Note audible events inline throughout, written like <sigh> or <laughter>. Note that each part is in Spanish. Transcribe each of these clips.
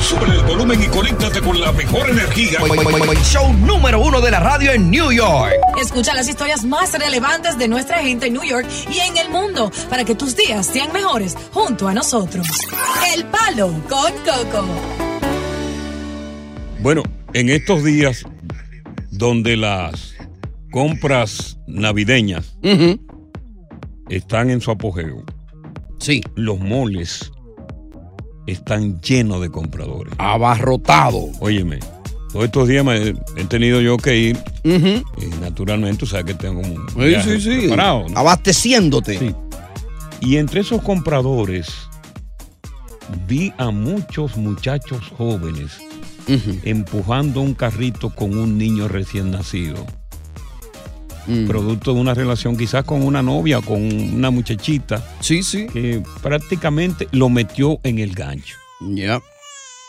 Sube el volumen y conéctate con la mejor energía. Show número uno de la radio en New York. Escucha las historias más relevantes de nuestra gente en New York y en el mundo para que tus días sean mejores junto a nosotros. El Palo con Coco. Bueno, en estos días donde las compras navideñas están en su apogeo, Sí, los moles están llenos de compradores. abarrotado. Óyeme, todos estos días me he tenido yo que ir, eh, naturalmente, tú sabes que tengo un Sí, viaje sí, sí. preparado, ¿no? Abasteciéndote. Sí. Y entre esos compradores vi a muchos muchachos jóvenes Ujú. empujando un carrito con un niño recién nacido. Mm. Producto de una relación quizás con una novia, o con una muchachita, Sí, sí. que prácticamente lo metió en el gancho. Ya.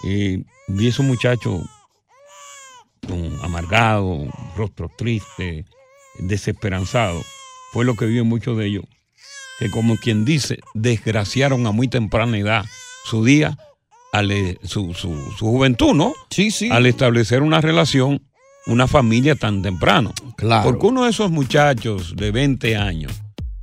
Eh, vi a esos muchachos con amargado, rostro triste, desesperanzado. Fue lo que vi en muchos de ellos. Que como quien dice, desgraciaron a muy temprana edad su día, al, eh, su, su, su juventud, ¿no? Sí, sí. Al establecer una relación, una familia tan temprano. Claro. Porque uno de esos muchachos de 20 años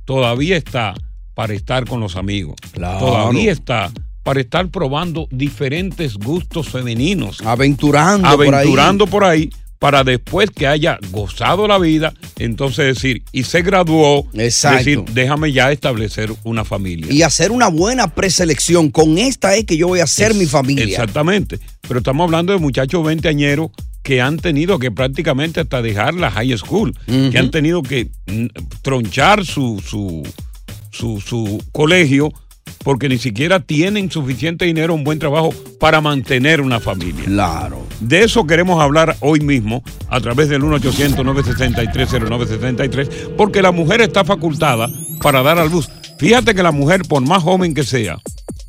todavía está para estar con los amigos. Claro. Todavía está para estar probando diferentes gustos femeninos. Aventurando, aventurando por ahí. para después que haya gozado la vida, entonces decir, y se graduó, Exacto. decir, déjame ya establecer una por familia. ahí. Y hacer una buena preselección. Con esta es que yo voy a hacer mi familia. Exactamente. Pero estamos hablando de muchachos veinteañeros que han tenido que prácticamente hasta dejar la high school, que han tenido que mm, tronchar su, su, su, su colegio porque ni siquiera tienen suficiente dinero, un buen trabajo para mantener una familia. Claro. De eso queremos hablar hoy mismo a través del 1-800-963-0963, porque la mujer está facultada para dar a luz. Fíjate que la mujer, por más joven que sea,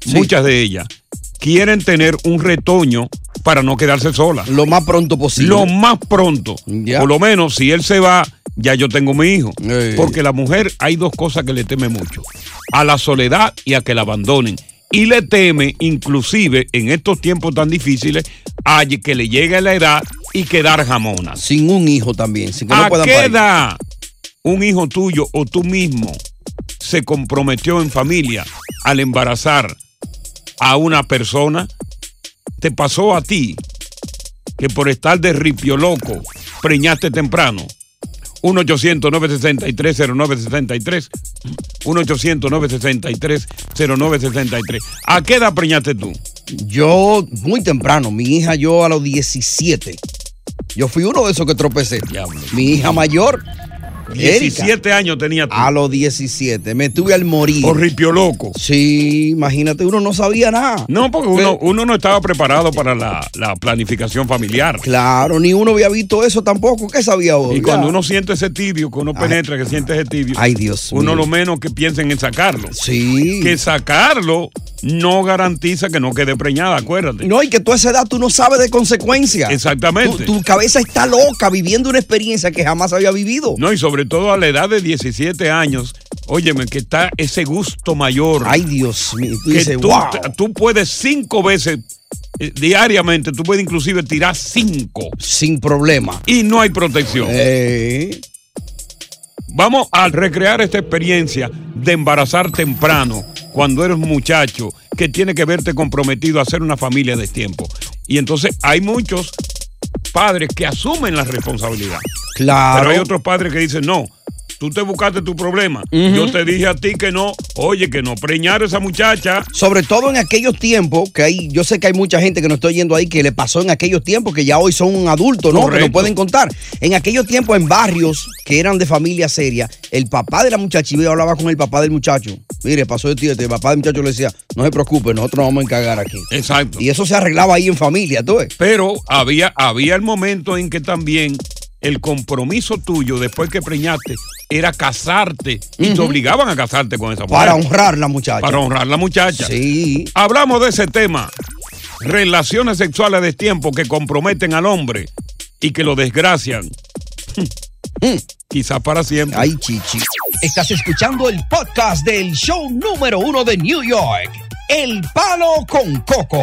muchas de ellas quieren tener un retoño para no quedarse sola. Lo más pronto posible. Lo más pronto. Ya. Por lo menos, si él se va, ya yo tengo mi hijo. Ey. Porque la mujer hay dos cosas que le teme mucho. A la soledad y a que la abandonen. Y le teme, inclusive en estos tiempos tan difíciles, a que le llegue la edad y quedar jamonas. Sin un hijo también. Sin que no ¿A puedan qué parir. edad Ah, un hijo tuyo o tú mismo se comprometió en familia al embarazar a una persona? ¿Te pasó a ti que por estar de ripio loco preñaste temprano? 1-800-963-0963. 1-800-963-0963. ¿A qué edad preñaste tú? Yo, muy temprano, mi hija, yo a los 17. Yo fui uno de esos que tropecé. Mi hija mayor. 17 años tenía A los 17. Me tuve al morir. Horripio loco. Sí, imagínate, uno no sabía nada. No, porque uno, uno no estaba preparado para la, la planificación familiar. Claro, ni uno había visto eso tampoco. ¿Qué sabía hoy? Y cuando uno siente ese tibio, que uno penetra, que siente ese tibio, Ay, Dios uno mío. lo menos que piensa en sacarlo. Sí. Que sacarlo no garantiza que no quede preñada, acuérdate. No, y que tú a esa edad tú no sabes de consecuencias. Exactamente. Tu, tu cabeza está loca viviendo una experiencia que jamás había vivido. No, y sobre todo a la edad de 17 años, óyeme, que está ese gusto mayor. Ay, Dios mío. Tú que dices, tú, wow. tú puedes cinco veces eh, diariamente, tú puedes inclusive tirar cinco. Sin problema. Eh. Y no hay protección. Vamos a recrear esta experiencia de embarazar temprano, cuando eres muchacho, que tiene que verte comprometido a hacer una familia de tiempo. Y entonces hay muchos padres que asumen la responsabilidad. Claro. Pero hay otros padres que dicen, no, tú te buscaste tu problema. Ujú. Yo te dije a ti que no, oye, que no preñar a esa muchacha. Sobre todo en aquellos tiempos que hay, yo sé que hay mucha gente que no estoy yendo ahí que le pasó en aquellos tiempos que ya hoy son un adulto, ¿no? Que Correcto. no pueden contar. En aquellos tiempos en barrios que eran de familia seria, el papá de la muchacha iba y hablaba con el papá del muchacho. Mire, pasó de tío, el papá del muchacho le decía, no se preocupe, nosotros nos vamos a encargar aquí. Exacto. Y eso se arreglaba ahí en familia, ¿tú ves? Pero había, había el momento en que también el compromiso tuyo después que preñaste era casarte y te obligaban a casarte con esa mujer. Para honrar la muchacha. Para honrar la muchacha. Sí. Hablamos de ese tema. Relaciones sexuales de tiempo que comprometen al hombre y que lo desgracian. Quizás para siempre. Mm. Ay, chichi. Estás escuchando el podcast del show número uno de New York, El Palo con Coco.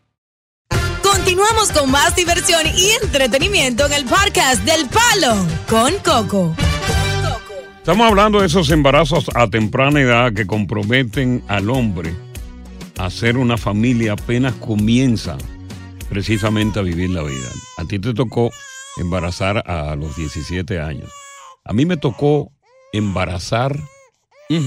Continuamos con más diversión y entretenimiento en el podcast del Palo con Coco. Estamos hablando de esos embarazos a temprana edad que comprometen al hombre a hacer una familia apenas comienza precisamente a vivir la vida. A ti te tocó embarazar a los 17 años. A mí me tocó embarazar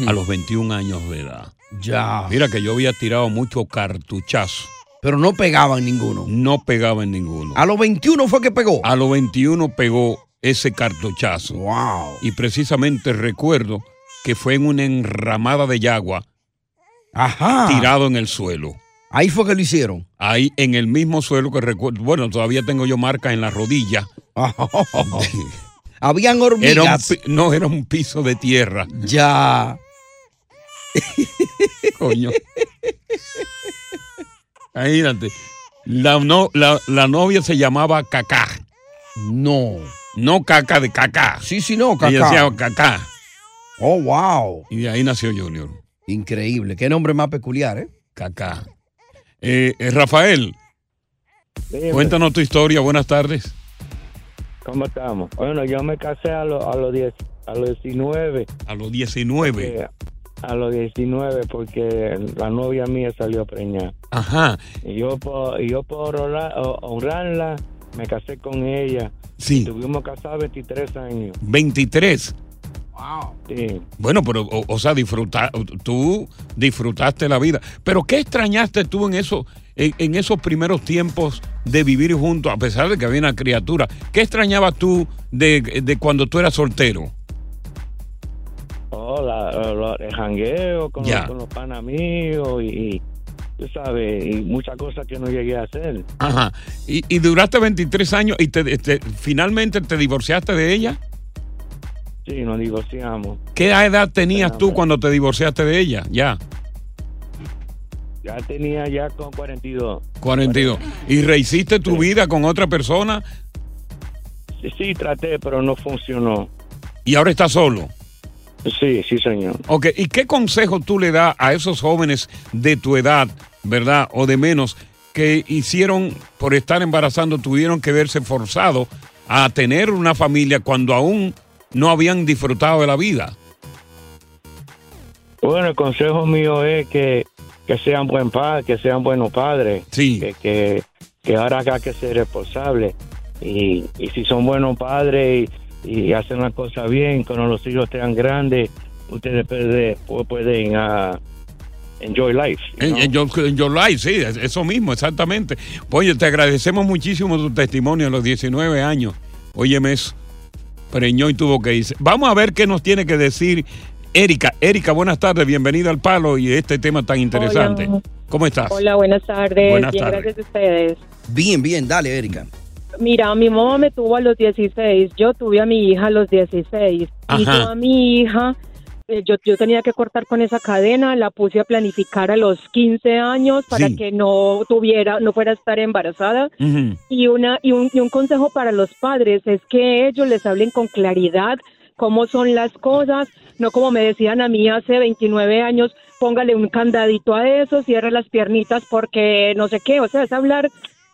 a los 21 años de edad. Ya. Mira que yo había tirado mucho cartuchazo. Pero no pegaba en ninguno. No pegaba en ninguno. A los 21 fue que pegó. A los 21 pegó ese cartuchazo. ¡Wow! Y precisamente recuerdo que fue en una enramada de yagua Ajá. tirado en el suelo. Ahí fue que lo hicieron. Ahí en el mismo suelo que recuerdo. Bueno, todavía tengo yo marcas en la rodilla. <laughs> Habían Era un hormigas. pi- no, era un piso de tierra. Ya. <laughs> Coño. Imagínate. La, no, la, la novia se llamaba Cacá. No. No caca de cacá. Sí, sí, no, Ella cacá. decía cacá. Oh, wow. Y de ahí nació Junior. Increíble. Qué nombre más peculiar, ¿eh? Cacá. Eh, eh, Rafael, Cuéntanos tu historia, buenas tardes. ¿Cómo estamos? Bueno, yo me casé a, lo- a los 10, a los 19. A los 19. porque- a los 19 porque la novia mía salió preñada. Ajá. Y yo por, y yo por honrar- ho- honrarla me casé con ella. Sí. Estuvimos casados 23 años. 23. Sí. Bueno, pero, o, o sea, disfruta, tú disfrutaste la vida. Pero, ¿qué extrañaste tú en, eso, en, en esos primeros tiempos de vivir juntos, a pesar de que había una criatura? ¿Qué extrañabas tú de, de cuando tú eras soltero? Oh, la- la- el jangueo con, Ya. con los panas míos y, y, tú sabes, y muchas cosas que no llegué a hacer. Ajá. Y, y duraste 23 años y te, te- finalmente te divorciaste de ella. Sí, nos divorciamos. ¿Qué edad tenías tú cuando te divorciaste de ella? Ya, Ya tenía ya con 42. 42. ¿Y rehiciste tu vida con otra persona Sí, sí, traté, pero no funcionó. y ahora estás solo? Sí, sí, señor. Ok, ¿y qué consejo tú le das a esos jóvenes de tu edad, verdad, o de menos, que hicieron, por estar embarazando, tuvieron que verse forzados a tener una familia cuando aún no habían disfrutado de la vida? Bueno, el consejo mío es que, que sean buen padres, que sean buenos padres. Sí. Que, que, que ahora acá que ser responsable. Y, y si son buenos padres y, y hacen las cosas bien, cuando los hijos sean grandes, ustedes puede- pu- pueden, ah, enjoy life. En, en Yo- en Your Life, sí, es- eso mismo, exactamente. Pues, Oye, te agradecemos muchísimo tu testimonio a los 19 años. Óyeme eso. Preñó y tuvo que irse. Vamos a ver qué nos tiene que decir Erika. Erika, buenas tardes, bienvenida al Palo y este tema tan interesante. Hola. ¿Cómo estás? Hola, buenas tardes. Buenas bien, tardes. gracias a ustedes. Bien, bien, dale, Erika. Mira, mi mamá me tuvo a los 16, yo tuve a mi hija a los 16. Y yo Ajá. a mi hija, eh, yo, yo tenía que cortar con esa cadena, la puse a planificar a los 15 años para Sí. que no tuviera, no fuera a estar embarazada. Ujú. Y, una, y, un, y un consejo para los padres es que ellos les hablen con claridad cómo son las cosas, no como me decían a mí hace 29 años, póngale un candadito a eso, cierre las piernitas porque no sé qué, o sea, es hablar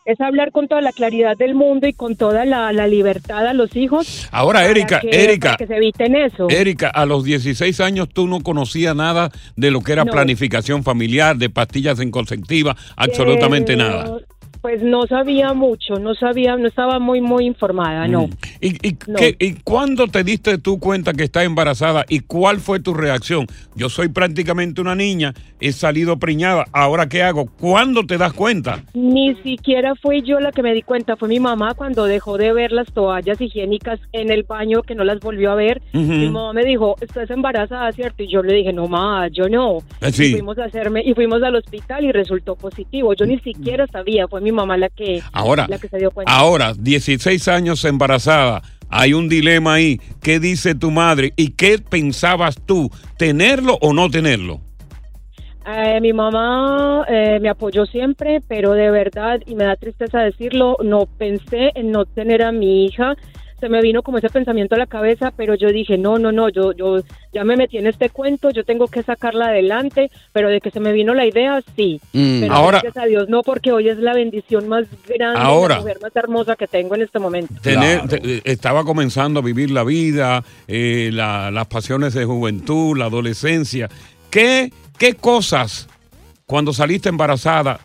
es hablar con toda la claridad del mundo y con toda la, la libertad a los hijos. Ahora, para Erika, que- Erika. para que se eviten eso. Erika, a los 16 años tú no conocías nada de lo que era No. planificación familiar, de pastillas inconceptivas, absolutamente Eh, nada. Pues no sabía mucho, no sabía, no estaba muy muy informada, no. Mm. ¿Y, y qué- y cuándo te diste tú cuenta que estás embarazada y cuál fue tu reacción? Yo soy prácticamente una niña, he salido preñada, ¿ahora qué hago? ¿Cuándo te das cuenta? Ni siquiera fui yo la que me di cuenta, fue mi mamá cuando dejó de ver las toallas higiénicas en el baño, que no las volvió a ver. Ujú. Mi mamá me dijo, estás embarazada, ¿cierto? Y yo le dije, no, ma, yo no. Eh, sí. Y fuimos a hacerme, y fuimos al hospital y resultó positivo. Yo ni siquiera sabía, fue mi mamá la que, Mm. Ahora, la que se dio cuenta. ahora, 16 años embarazada, hay un dilema ahí. ¿Qué dice tu madre y qué pensabas tú? ¿Tenerlo o no tenerlo? Eh, mi mamá eh, me apoyó siempre, pero de verdad, y me da tristeza decirlo, no pensé en no tener a mi hija. Se me vino como ese pensamiento a la cabeza, pero yo dije, no, no, no, yo, yo ya me metí en este cuento, yo tengo que sacarla adelante, pero de que se me vino la idea, sí. Mm. Pero Ahora- gracias a Dios, no, porque hoy es la bendición más grande, Ahora. la mujer más hermosa que tengo en este momento. Tener, te- eh, estaba comenzando a vivir la vida, eh, la- las pasiones de juventud, la adolescencia. ¿Qué, ¿Qué cosas, cuando saliste embarazada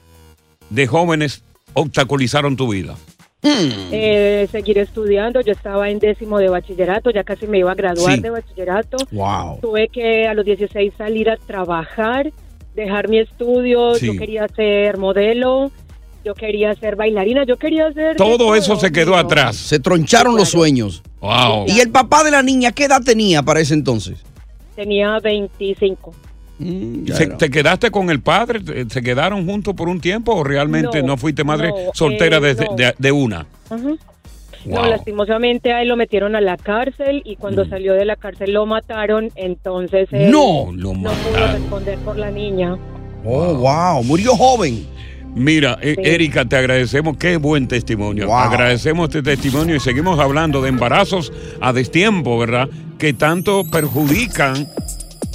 de jóvenes, obstaculizaron tu vida? Eh, seguir estudiando, yo estaba en décimo de bachillerato, ya casi me iba a graduar Sí. de bachillerato. Wow. Tuve que a los 16 salir a trabajar, dejar mi estudio, Sí. yo quería ser modelo, yo quería ser bailarina, yo quería ser... Todo eso se quedó atrás. Se troncharon los sueños. Wow. ¿Y el papá de la niña qué edad tenía para ese entonces? Tenía 25. Se- ¿Te quedaste con el padre? ¿Te- ¿Se quedaron juntos por un tiempo o realmente no, No, fuiste madre no, soltera eh, desde- no. de, de una? Ujú. No, Wow. Mm. lastimosamente a él lo metieron a la cárcel y cuando salió de la cárcel lo mataron, entonces él No, lo no pudo mataron. responder por la niña. Oh, wow, murió joven. Mira, eh, Erika, te agradecemos, qué buen testimonio. Agradecemos este testimonio y seguimos hablando de embarazos a destiempo, ¿verdad? Que tanto perjudican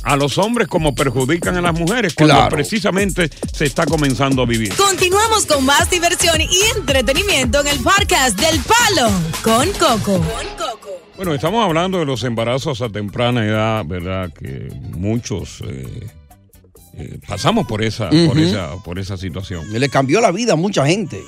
a los hombres como perjudican a las mujeres cuando Claro. precisamente se está comenzando a vivir. Continuamos con más diversión y entretenimiento en el podcast del Palo con Coco. Bueno, estamos hablando de los embarazos a temprana edad, ¿verdad? Que muchos eh, eh, pasamos por esa, por, Ujú. esa, por esa situación. Le cambió la vida a mucha gente.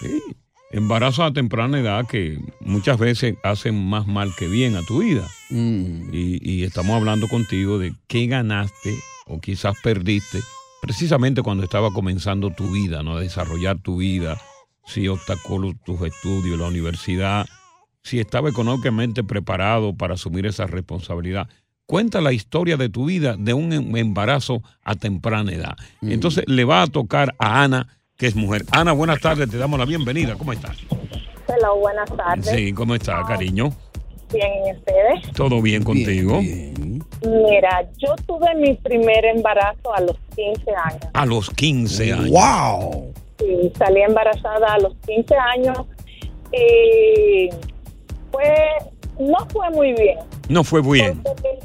Embarazos a temprana edad que muchas veces hacen más mal que bien a tu vida. Y, y estamos hablando contigo de qué ganaste o quizás perdiste precisamente cuando estaba comenzando tu vida, ¿no? A desarrollar tu vida, si obstaculó tus estudios, la universidad, si estaba económicamente preparado para asumir esa responsabilidad. Cuenta la historia de tu vida de un em- embarazo a temprana edad. Entonces le va a tocar a Ana, que es mujer. Ana, buenas tardes, te damos la bienvenida. ¿Cómo estás? Hello, buenas tardes. Sí, ¿cómo estás, cariño? Bien, ¿y ustedes? ¿Todo bien contigo? Mira, yo tuve mi primer embarazo a los 15 años. A los 15 años. ¡Wow! Sí, salí embarazada a los 15 años y fue, no fue muy bien. No fue bien. Porque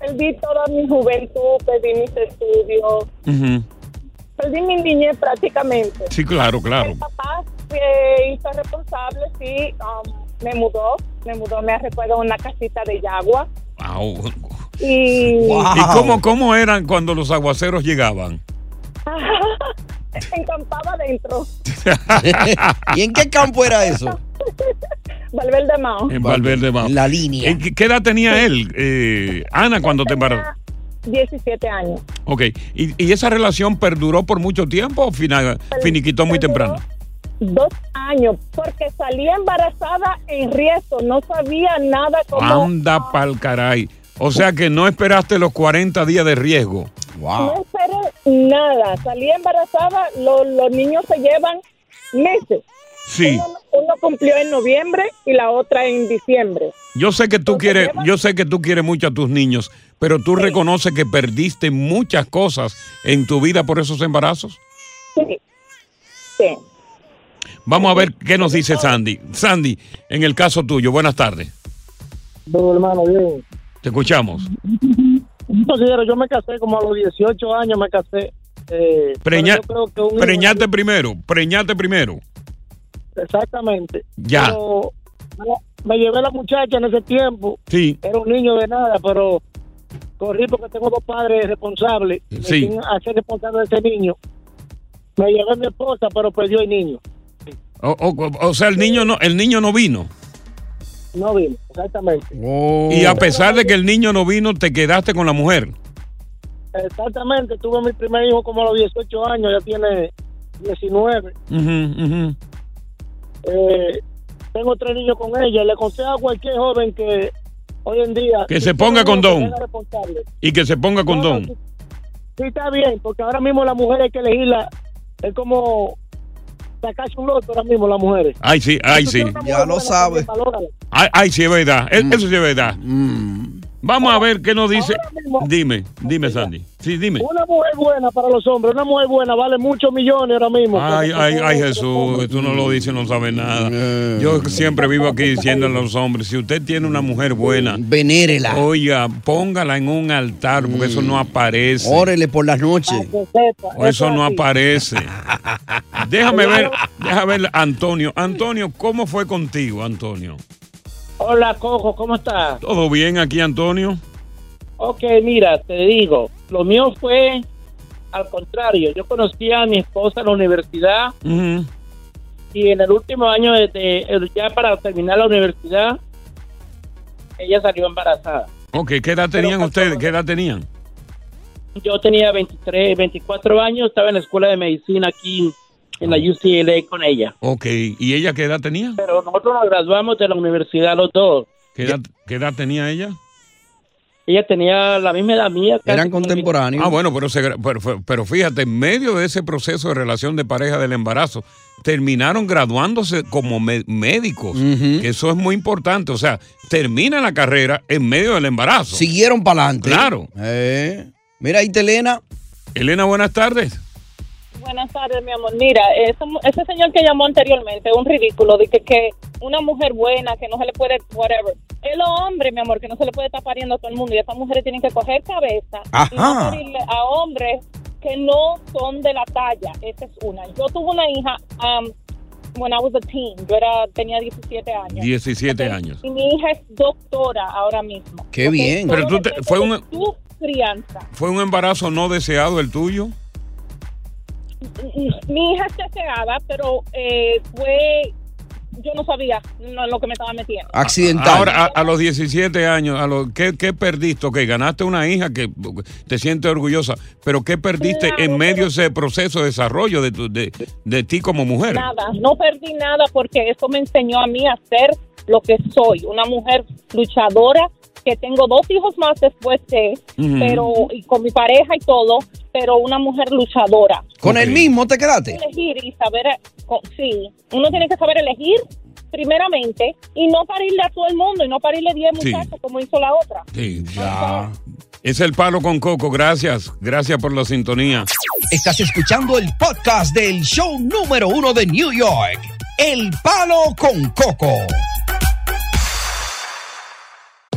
Perdí toda mi juventud, perdí mis estudios, Ujú. perdí mi niñez prácticamente. Sí, claro, claro. papá se hizo responsable, sí, um, me mudó, me mudó, me recuerdo, a una casita de Yagua. Wow. Y, ¿Y cómo, cómo eran cuando los aguaceros llegaban? <laughs> Encampaba adentro. <laughs> ¿Y en qué campo era eso? Valverde Mao. En Valverde Bajo. La línea. ¿Qué, qué edad tenía él, eh, Ana, cuando te embarazó? 17 años. Ok. ¿Y, y esa relación perduró por mucho tiempo o fina- finiquitó muy temprano? Dos años, porque salí embarazada en riesgo. No sabía nada Ah, como. Anda pa'l caray. O sea que no esperaste los 40 días de riesgo. No esperé nada. Salí embarazada, lo- los niños se llevan meses. Sí. Uno cumplió en noviembre y la otra en diciembre. Yo sé que tú quieres, yo sé que tú quieres mucho a tus niños, pero tú reconoces que perdiste muchas cosas en tu vida por esos embarazos. Sí. Sí. Vamos a ver qué nos dice Sandy. Sandy, en el caso tuyo, buenas tardes. Bueno, hermano, bien. Te escuchamos. Yo considero, yo me casé como a los 18 años, me casé. Eh, Preña- pero yo creo que un hijo- Preñate primero, preñate primero. exactamente. Ya. Pero me- me llevé la muchacha en ese tiempo. Sí. Era un niño de nada, pero corrí porque tengo dos padres responsables. Me Sí. tienen a ser responsable de ese niño. Me llevé mi esposa, pero perdió el niño. O, o- o sea, el niño no, el niño no vino. No vino, exactamente. Oh. Y a pesar de que el niño no vino, te quedaste con la mujer. Exactamente, tuve mi primer hijo como a los 18 años, ya tiene 19. Ujú, ujú. Eh, tengo tres niños con ella. Le aconsejo a cualquier joven que hoy en día. Que se ponga condón. Que sea responsable. Y que se ponga condón. Sí, está bien, porque ahora mismo las mujeres hay que elegirla. Es como sacarse un loto ahora mismo, las mujeres. Ay, sí, ay, sí. Ya lo sabes. Ay, ay, sí es verdad. E- Eso sí es verdad. Mm. Vamos a ver qué nos dice. Dime, dime, Sandy. Sí, dime. Una mujer buena para los hombres, una mujer buena vale muchos millones ahora mismo. Ay, ay, ay, Jesús, tú no lo dices, no sabes nada. Yo siempre vivo aquí diciendo a los hombres, si usted tiene una mujer buena, venérela. Oiga, póngala en un altar, porque eso no aparece. Órele por las noches. O eso no aparece. Déjame ver, déjame ver, Antonio. Antonio, ¿cómo fue contigo, Antonio? Hola, Cojo, ¿cómo estás? ¿Todo bien aquí, Antonio? Ok, mira, te digo, lo mío fue al contrario. Yo conocí a mi esposa en la universidad y en el último año, de, de- el- ya para terminar la universidad, ella salió embarazada. Ok, ¿qué edad tenían ustedes? ¿Qué edad tenían? Yo tenía 23, 24 años, estaba en la escuela de medicina aquí en la UCLA con ella. Ok, ¿y ella qué edad tenía? Pero nosotros nos graduamos de la universidad los dos. ¿Qué edad, qué edad tenía ella? Ella tenía la misma edad mía. casi como- Ah, bueno, pero, se gra- pero, pero- pero fíjate, en medio de ese proceso de relación de pareja del embarazo, terminaron graduándose como me- médicos. que Eso es muy importante. O sea, termina la carrera en medio del embarazo. Siguieron para adelante. Claro. Mira, ahí está Elena. Elena, buenas tardes. Buenas tardes, mi amor. Mira, ese, ese señor que llamó anteriormente, un ridículo, de que, que una mujer buena, que no se le puede, whatever. El hombre, mi amor, que no se le puede estar pariendo a todo el mundo. Y estas mujeres tienen que coger cabeza y no Ajá. parirle a hombres que no son de la talla. Esa es una. Yo tuve una hija um, when I was a teen. Yo era, tenía 17 años. 17 años. Y mi hija es doctora ahora mismo. Qué Ok, bien. todo Pero tú te- depende fue un- de tu crianza. ¿Fue un embarazo no deseado el tuyo? Mm, mi hija está cegada, pero eh, fue, yo no sabía no, lo que me estaba metiendo. Accidental. Ahora, a, a los 17 años, a los, ¿qué, qué perdiste? Ok, ganaste una hija que te sientes orgullosa, pero ¿qué perdiste en medio de ese proceso de desarrollo de, tu- de, de ti como mujer? Nada, no perdí nada porque eso me enseñó a mí a ser lo que soy, una mujer luchadora que tengo dos hijos más después de, Ujú. pero y con mi pareja y todo, pero una mujer luchadora. ¿Con el mismo te quedaste? Elegir y saber, eh, co- sí, uno tiene que saber elegir primeramente y no parirle a todo el mundo y no parirle 10 Sí. muchachos como hizo la otra. Sí, Es el palo con coco. Gracias, gracias por la sintonía. Estás escuchando el podcast del show número uno de New York, El Palo con Coco.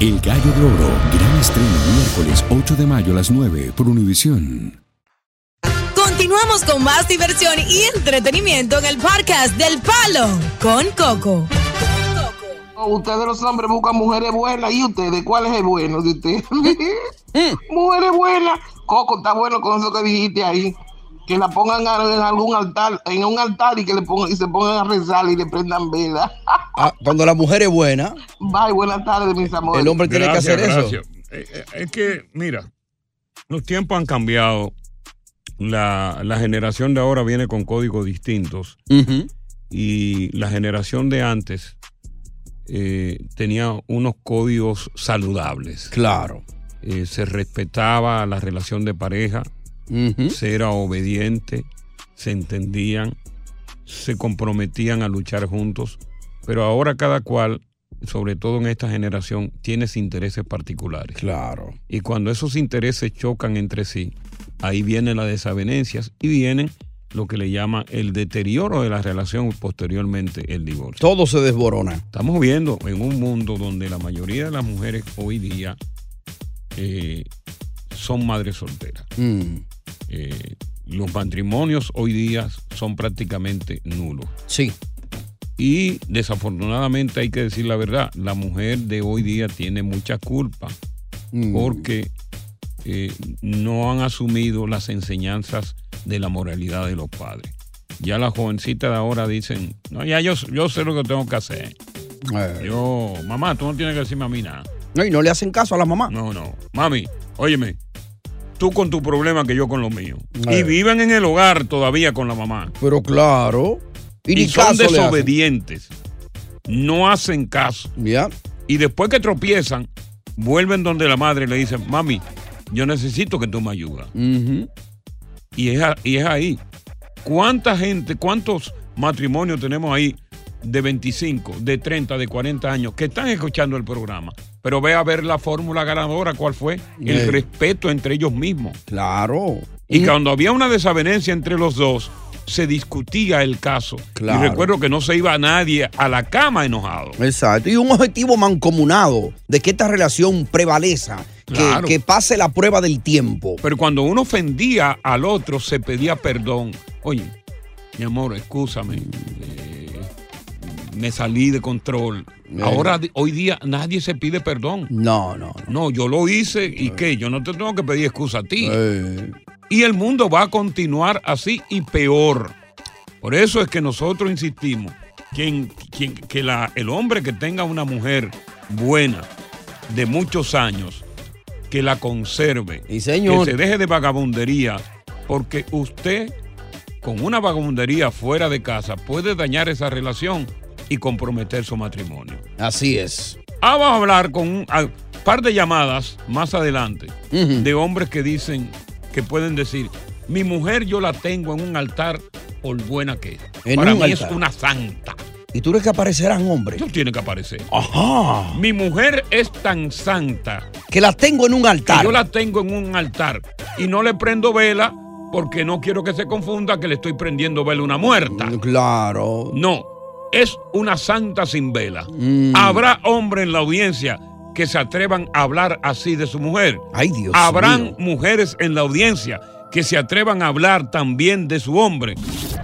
El Gallo de Oro, gran estreno miércoles 8 de mayo a las 9 por Univisión. Continuamos con más diversión y entretenimiento en el podcast del Palo con Coco. Oh, Ustedes los hombres buscan mujeres buenas y ustedes, ¿cuál es el bueno de ustedes? <laughs> mujeres buenas. Coco, está bueno con eso que dijiste ahí. Que la pongan a- en algún altar, en un altar y que le pongan, y se pongan a rezar y le prendan vela. <laughs> Ah, cuando la mujer es buena, Bye, buenas tardes, mis amores. El hombre tiene que hacer eso. Eh, eh, Es que, mira, los tiempos han cambiado. La, la generación de ahora viene con códigos distintos. Y la generación de antes eh, tenía unos códigos saludables. Eh, Claro. se respetaba la relación de pareja, se era obediente, se entendían, se comprometían a luchar juntos. Pero ahora cada cual, sobre todo en esta generación, tienes intereses particulares. Claro. Y cuando esos intereses chocan entre sí, ahí vienen las desavenencias y vienen lo que le llama el deterioro de la relación y posteriormente el divorcio. todo se desborona. Estamos viendo en un mundo donde la mayoría de las mujeres hoy día eh, son madres solteras. Eh, los matrimonios hoy día son prácticamente nulos. Sí. Y desafortunadamente hay que decir la verdad, la mujer de hoy día tiene mucha culpa porque eh, no han asumido las enseñanzas de la moralidad de los padres. Ya las jovencitas de ahora dicen, no, ya yo, yo sé lo que tengo que hacer. Yo, mamá, tú no tienes que decirme a mí nada. No, y no le hacen caso a la mamá. No, no. Mami, óyeme, tú con tu problema que yo con lo mío. Y viven en el hogar todavía con la mamá. Pero claro. Y, Y, ni son caso le hacen. desobedientes. No hacen caso. Y después que tropiezan, vuelven donde la madre y le dicen, mami, yo necesito que tú me ayudas. Ujú. Y es, a- y es ahí. ¿Cuánta gente, cuántos matrimonios tenemos ahí de 25, de 30, de 40 años que están escuchando el programa? Pero ve a ver la fórmula ganadora, cuál fue el Eh. respeto entre ellos mismos. Claro. Y cuando había una desavenencia entre los dos, se discutía el caso. Claro. Y recuerdo que no se iba a nadie a la cama enojado. Exacto. Y un objetivo mancomunado de que esta relación prevaleza, que- Claro. que pase la prueba del tiempo. Pero cuando uno ofendía al otro, se pedía perdón. Oye, mi amor, escúchame. eh, me salí de control. Ahora, di- hoy día, nadie se pide perdón. No, no. No, yo lo hice y qué, yo no te tengo que pedir excusa a ti. Y el mundo va a continuar así y peor. Por eso es que nosotros insistimos quien- quien- que la- el hombre que tenga una mujer buena, de muchos años, que la conserve. señor. Que se deje de vagabundería, porque usted con una vagabundería fuera de casa puede dañar esa relación y comprometer su matrimonio. Así es. Ah, vamos a hablar con un a- par de llamadas más adelante de hombres que dicen, que pueden decir, mi mujer yo la tengo en un altar por buena que es. En Para un mí es altar. una santa. ¿Y tú crees que aparecerán hombres? Eso tiene que aparecer. Ajá. Mi mujer es tan santa Que la tengo en un altar. que yo la tengo en un altar y no le prendo vela porque no quiero que se confunda que le estoy prendiendo vela a una muerta. Mm, Claro. No, es una santa sin vela. Mm. Habrá hombres en la audiencia que se atrevan a hablar así de su mujer. Ay, Dios Habrán mío. mujeres en la audiencia que se atrevan a hablar también de su hombre,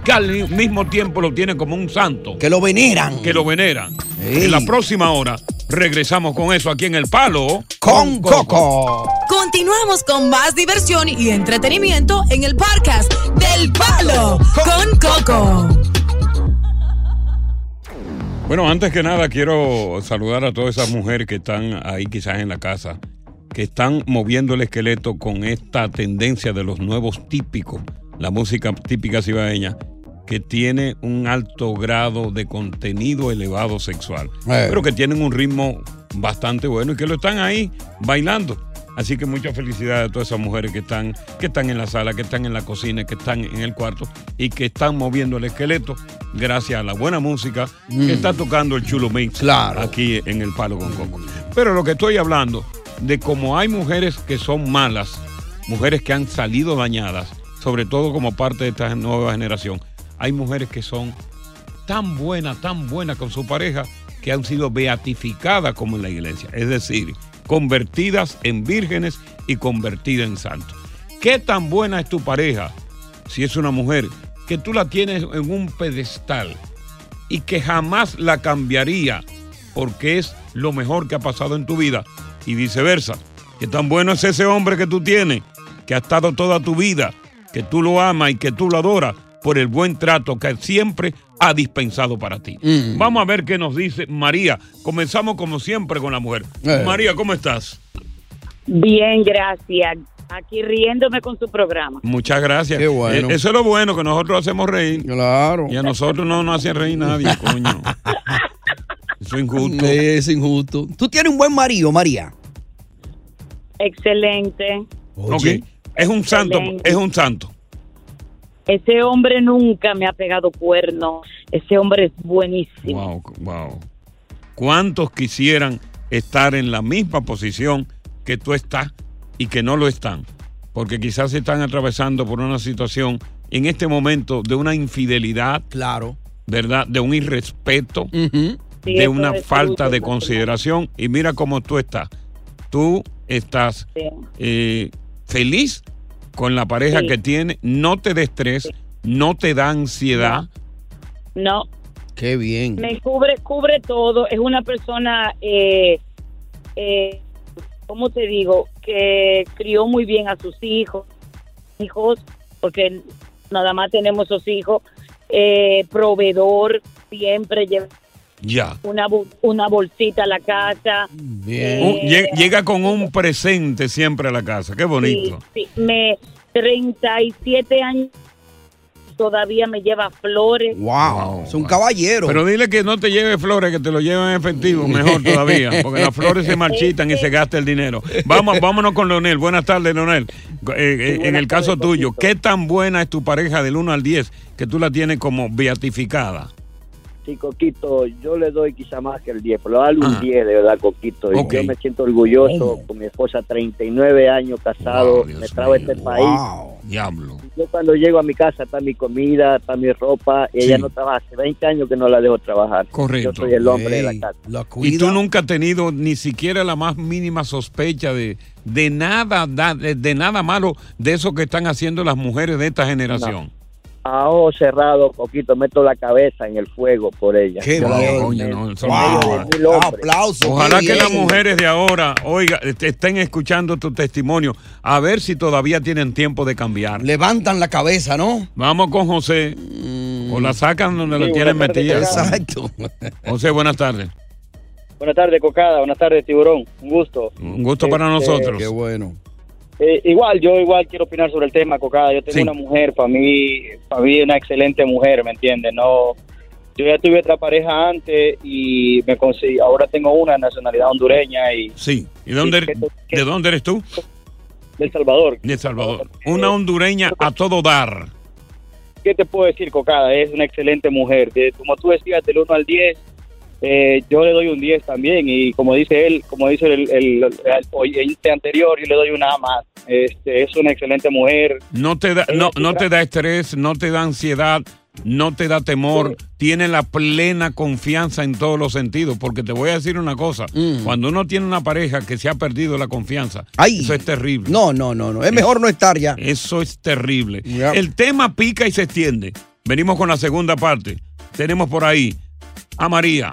que al mismo tiempo lo tienen como un santo. Que lo veneran. Que lo veneran. En la próxima hora regresamos con eso aquí en El Palo. Con Coco. Continuamos con más diversión y entretenimiento en el podcast del Palo con Coco. Bueno, antes que nada quiero saludar a todas esas mujeres que están ahí quizás en la casa, que están moviendo el esqueleto con esta tendencia de los nuevos típicos, la música típica cibaeña, que tiene un alto grado de contenido elevado sexual, Eh. pero que tienen un ritmo bastante bueno y que lo están ahí bailando. Así que mucha felicidad a todas esas mujeres que están, que están en la sala, que están en la cocina, que están en el cuarto y que están moviendo el esqueleto gracias a la buena música que está tocando el chulo mix aquí en el Palo con Coco. Pero lo que estoy hablando de cómo hay mujeres que son malas, mujeres que han salido dañadas, sobre todo como parte de esta nueva generación, hay mujeres que son tan buena, tan buena con su pareja, que han sido beatificadas como en la iglesia, es decir, convertidas en vírgenes y convertidas en santos. ¿Qué tan buena es tu pareja? Si es una mujer, que tú la tienes en un pedestal y que jamás la cambiaría porque es lo mejor que ha pasado en tu vida y viceversa. Que tan bueno es ese hombre que tú tienes, que ha estado toda tu vida, que tú lo amas y que tú lo adoras por el buen trato que siempre ha dispensado para ti. Vamos a ver qué nos dice María. Comenzamos como siempre con la mujer. Eh. María, ¿cómo estás? Bien, gracias. Aquí riéndome con su programa. Muchas gracias. bueno. Eh, Eso es lo bueno, que nosotros hacemos reír. Claro. Y a nosotros no nos hacen reír nadie, coño. Eso es injusto. Es injusto. Tú tienes un buen marido, María. Excelente. Ok. Es un santo, Excelente. es un santo. Ese hombre nunca me ha pegado cuerno. Ese hombre es buenísimo. Wow, wow. ¿Cuántos quisieran estar en la misma posición que tú estás y que no lo están? Porque quizás están atravesando por una situación en este momento de una infidelidad. Claro. ¿Verdad? De un irrespeto, Sí, de eso una es falta mucho, de mucho. consideración. Y mira cómo tú estás. Tú estás eh, feliz con la pareja Sí. que tienes, no te da estrés, no te da ansiedad. No, Qué bien. me cubre, cubre todo. Es una persona, eh, eh, ¿cómo te digo? Que crió muy bien a sus hijos, hijos, porque nada más tenemos sus hijos. Eh, proveedor, siempre lleva Ya. una, bu- una bolsita a la casa. Un- lle- llega con un presente siempre a la casa. Qué bonito. Sí, sí, me 37 años todavía me lleva flores. Wow. Es un caballero. Pero dile que no te lleve flores, que te lo lleven en efectivo, mejor todavía, porque las flores <laughs> se marchitan y se gasta el dinero. Vamos, vámonos con Leonel. Buenas tardes, Leonel. Eh, eh, en el caso tuyo, ¿qué tan buena es tu pareja del 1 al 10 que tú la tienes como beatificada? Sí, Coquito, yo le doy quizá más que el 10, pero dale un 10 de verdad, Coquito. Y Ah. Ok. Yo me siento orgulloso con mi esposa, 39 años casado, me trajo a este país. Diablo. Yo cuando llego a mi casa está mi comida, está mi ropa, y ella no trabaja. Hace 20 años que no la dejo trabajar. Correcto. Yo soy el hombre de la casa. Y tú nunca has tenido ni siquiera la más mínima sospecha de, de nada da- de, de nada malo de eso que están haciendo las mujeres de esta generación. a ojos cerrados, poquito, meto la cabeza en el fuego por ella. Qué Yo la bien, veo coño, en- no, eso en no medio va. de mil hombres. Ojalá que eh, las mujeres de ahora, oiga, est- estén escuchando tu testimonio, a ver si todavía tienen tiempo de cambiar. Levantan la cabeza, ¿no? Vamos con José. O la sacan donde la tienen metida. Exacto. José, buenas tardes. Buenas tardes, Cocada. Buenas tardes, Tiburón. Un gusto. Un gusto para Este, nosotros. Qué bueno. Eh, igual, yo igual quiero opinar sobre el tema, Cocada. Yo tengo una mujer, para mí, para mí una excelente mujer, ¿me entiendes? No, yo ya tuve otra pareja antes y me conseguí, ahora tengo una de nacionalidad hondureña y Sí. ¿Y dónde, er-, de dónde eres tú? de El Salvador. De El Salvador. Una hondureña a todo dar. ¿Qué te puedo decir, Cocada? Es una excelente mujer. De- como tú decías, del 1 al 10, eh, yo le doy un 10 también. Y como dice él, como dice el, el- el oyente anterior, yo le doy una A más. Este, es una excelente mujer. No te da, no, no te da estrés, no te da ansiedad, no te da temor. Tiene la plena confianza en todos los sentidos. Porque te voy a decir una cosa. Cuando uno tiene una pareja que se ha perdido la confianza, eso es terrible. No, no, no, no. Es mejor no estar ya. Eso es terrible. El tema pica y se extiende. Venimos con la segunda parte. Tenemos por ahí a María,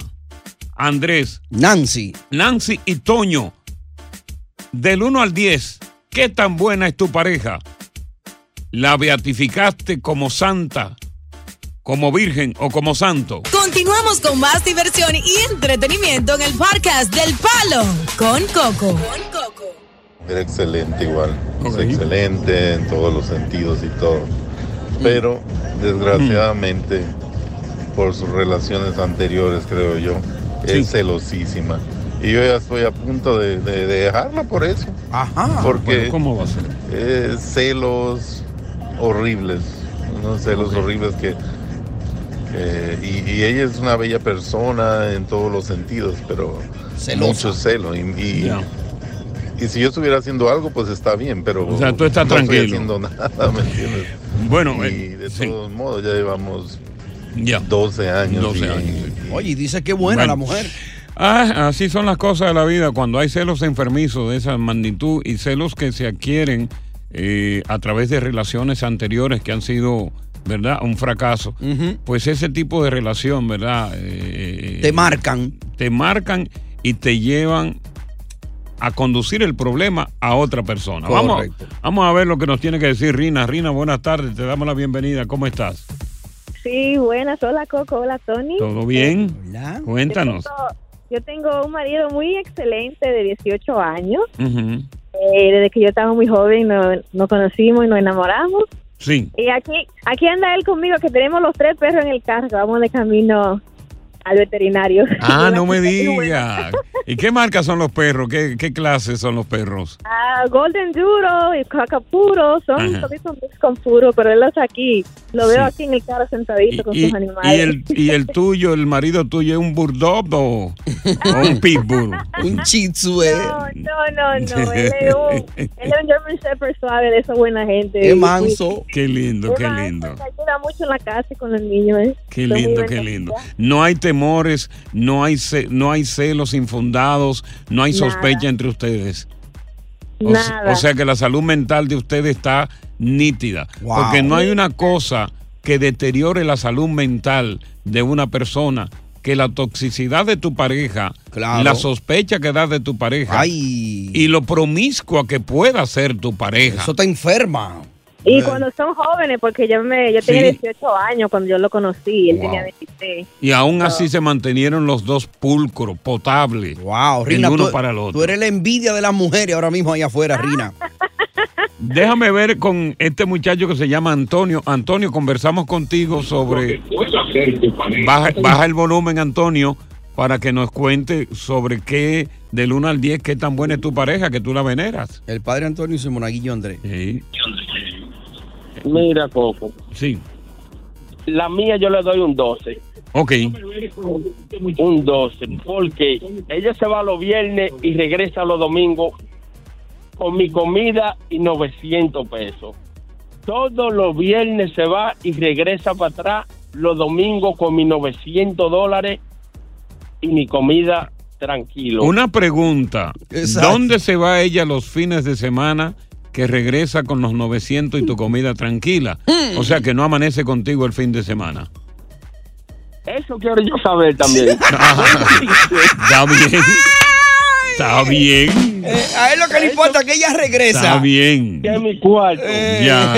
a Andrés, Nancy, Nancy y Toño. Del 1 al 10, ¿qué tan buena es tu pareja? ¿La beatificaste como santa, como virgen o como santo? Continuamos con más diversión y entretenimiento en el podcast del Palo con Coco. Era excelente igual, es excelente en todos los sentidos y todo. Pero desgraciadamente, por sus relaciones anteriores, creo yo, es celosísima. Y yo ya estoy a punto de, de- de dejarla por eso. Ajá. Porque ¿Cómo va a ser? eh, celos horribles, unos celos horribles que... que- y, y ella es una bella persona en todos los sentidos, pero Celosa. mucho celo. Y, y- Ya. y si yo estuviera haciendo algo, pues está bien, pero O sea, tú estás no tranquilo. estoy haciendo <laughs> nada, ¿me entiendes? Bueno, eh, y de todos modos ya llevamos 12 años. 12 y- años, Oye, y dice que buena Bueno. la mujer. Ah, así son las cosas de la vida. Cuando hay celos enfermizos de esa magnitud y celos que se adquieren eh, a través de relaciones anteriores que han sido, ¿verdad?, un fracaso. Pues ese tipo de relación, ¿verdad? Eh, Te marcan. Te marcan y te llevan a conducir el problema a otra persona. Vamos, Correcto. vamos a ver lo que nos tiene que decir Rina. Rina, buenas tardes, te damos la bienvenida. ¿Cómo estás? Sí, buenas. Hola, Coco. Hola, Tony. ¿Todo bien? Cuéntanos. Yo tengo, yo tengo un marido muy excelente de 18 años. Ujú. Eh, desde que yo estaba muy joven nos, nos conocimos y nos enamoramos. Sí. Y aquí, aquí anda él conmigo, que tenemos los tres perros en el carro. que Vamos de camino al veterinario. <laughs> Ah, no me digas. ¿Y qué marca son los perros? ¿Qué, qué clase son los perros? Ah, Golden Duro y Cacapuro son Ajá. toditos mix con puro, pero él los aquí. Lo veo Sí. aquí en el carro sentadito con Y, sus y animales. el, y el tuyo, el marido tuyo, ¿es un bulldog o, o <laughs> un pitbull? un shih tzu, eh. No, no, no. Él <laughs> es un, él es un German Shepherd suave de esa buena gente. Qué Y- Qué lindo, Es qué manso, lindo. Se ayuda mucho en la casa y con los niños. ¿eh? Qué Son muy lindo, buenos. qué lindo. No hay temores, no hay, ce- no hay celos infundados, no hay sospecha Nada. entre ustedes. O, se- Nada. o sea que la salud mental de ustedes está nítida. Wow. Porque no hay una cosa que deteriore la salud mental de una persona que la toxicidad de tu pareja, Claro. la sospecha que das de tu pareja y lo promiscua que pueda ser tu pareja. Eso te enferma. Y cuando son jóvenes, porque yo me yo tenía Sí. 18 años cuando yo lo conocí, él tenía 23. Y aún así se mantenieron los dos pulcros, potables. Wow, Rina, el uno tú- para el otro. Tú eres la envidia de las mujeres ahora mismo allá afuera, Rina. Ah. Déjame ver con este muchacho que se llama Antonio. Antonio, conversamos contigo sobre... Baja, baja el volumen, Antonio, para que nos cuente sobre qué, del 1 al 10, qué tan buena es tu pareja, que tú la veneras. El padre Antonio y su monaguillo Andrés. Mira, Coco. Sí. La mía yo le doy un 12. Ok. Un 12. Porque ella se va los viernes y regresa los domingos con mi comida y 900 pesos. Todos los viernes se va y regresa para atrás los domingos con mis 900 dólares y mi comida tranquilo. Una pregunta. Exacto. ¿Dónde se va ella los fines de semana que regresa con los 900 y tu comida tranquila. O sea que no amanece contigo el fin de semana. Eso quiero yo saber también. Está bien. Está bien. Eh, a él lo que le importa es que ella regresa. Está bien. Ya en mi cuarto. Ya.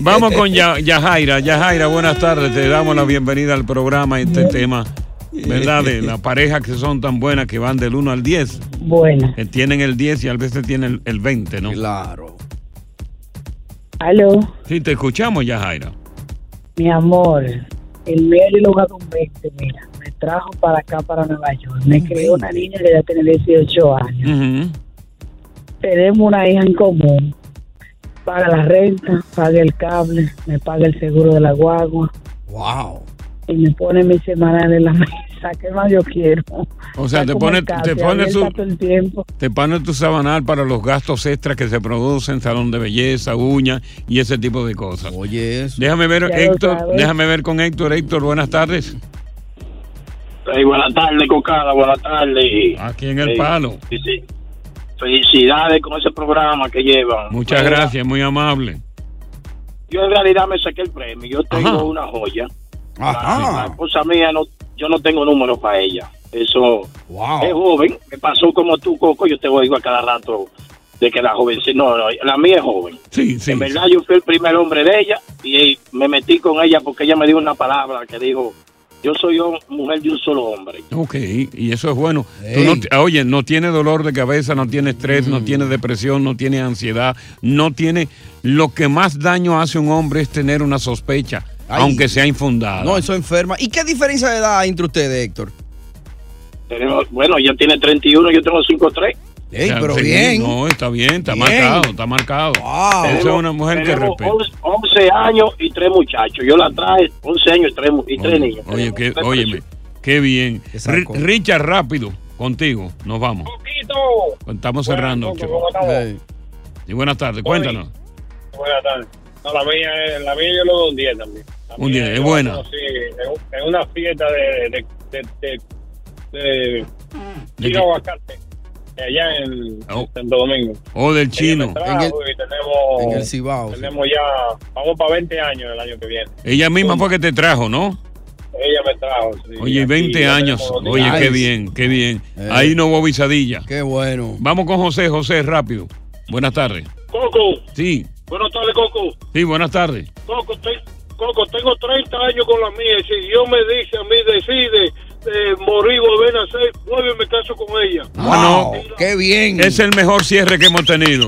Vamos con Ya- Yajaira. Yajaira, buenas tardes. Te damos la bienvenida al programa, este tema, ¿verdad? De las parejas que son tan buenas que van del 1 al 10. Bueno. Que tienen el 10 y a veces tienen el, el 20, ¿no? Claro. Aló, Sí, te escuchamos, Yajaira. mi amor. El Mary lo ganó un 20, mira. Me trajo para acá, para Nueva York. Me creó una niña que ya tiene 18 años. Tenemos una hija en común. Paga la renta, paga el cable, me paga el seguro de la guagua Wow. y me pone mi semanal en la <laughs> mesa. ¿Qué más yo quiero? O sea, Está te como pone, el café, te pone abierta su, todo el tiempo. te pone tu sabanal para los gastos extras que se producen, salón de belleza, uñas y ese tipo de cosas. Oye, Déjame ver, Ya lo Héctor, sabes. déjame ver con Héctor. Héctor, buenas tardes. Ey, buenas tardes, Cocada, buenas tardes. Aquí en el palo. Sí, sí. Felicidades con ese programa que llevan. Muchas Mira, gracias, muy amable. Yo en realidad me saqué el premio. Yo tengo Ajá. una joya. Ajá. La esposa mía, no, yo no tengo número para ella. Eso Eh, es joven. Me pasó como tú, Coco. Yo te oigo a cada rato de que la joven... No, no, la mía es joven. Sí, sí. En verdad, yo fui el primer hombre de ella y eh, me metí con ella porque ella me dijo una palabra que dijo, yo soy hom- mujer de un solo hombre. Ok, y eso es bueno. Tú no te- oye, no tiene dolor de cabeza, no tiene estrés, no tiene depresión, no tiene ansiedad, no tiene... Lo que más daño hace un hombre es tener una sospecha, Ay. aunque sea infundada. No, eso enferma. ¿Y qué diferencia de edad hay entre ustedes, Héctor? Tenemos- bueno, ella tiene 31, yo tengo 5'3". Ey, Ya, pero sí, bien. No, está bien, está Bien. marcado, está marcado. Esa es una mujer que Tenemos respeta. 11, 11 años y tres muchachos. Yo la traje 11 años y tres, mu- y tres niños. Oye, qué, óyeme, qué bien. Ri- Richard, rápido, contigo, nos vamos. Estamos cerrando. Coco, chico. ¿cómo estamos? Ey. Y buenas tardes, cuéntanos. Buenas tardes. No, la mía, es- la mía yo lo doy un 10 también. La Un mía 10, es yo buena. la conocí en un- en una fiesta de. de, de, de, de- ¿De Chino qué? Aguacate, allá en Oh. Santo Domingo. O del chino. Trajo y tenemos, en el Cibao, sí. Tenemos ya, vamos para 20 años el año que viene. Ella misma fue que te trajo, ¿no? Ella me trajo. sí. Oye, Aquí 20 ya años. tenemos dos Oye, niños. qué bien, qué bien. Eh. Ahí no hubo visadilla. Qué bueno. Vamos con José, José, rápido. Buenas tardes. Coco, Sí, buenas tardes, Coco. sí, buenas tardes. Coco, estoy- Coco, tengo 30 años con la mía. y Si Dios me dice a mí, decide eh, morir, volver a nacer, vuelvo y me caso con ella. Bueno, qué bien. Ah, Es el mejor cierre que hemos tenido.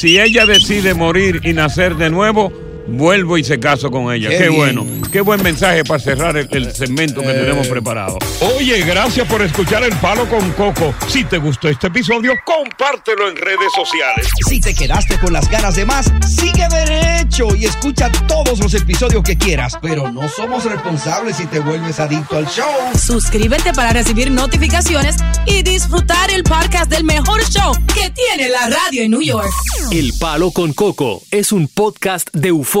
Si ella decide morir y nacer de nuevo, vuelvo y se caso con ella. Qué Qué, bien. bueno. Qué buen mensaje para cerrar el, el segmento que tenemos preparado. Oye, gracias por escuchar El Palo con Coco. Si te gustó este episodio, compártelo en redes sociales. Si te quedaste con las ganas de más, sigue derecho y escucha todos los episodios que quieras. Pero no somos responsables si te vuelves adicto al show. Suscríbete para recibir notificaciones y disfrutar el podcast del mejor show que tiene la radio en New York. El Palo con Coco es un podcast de euforia.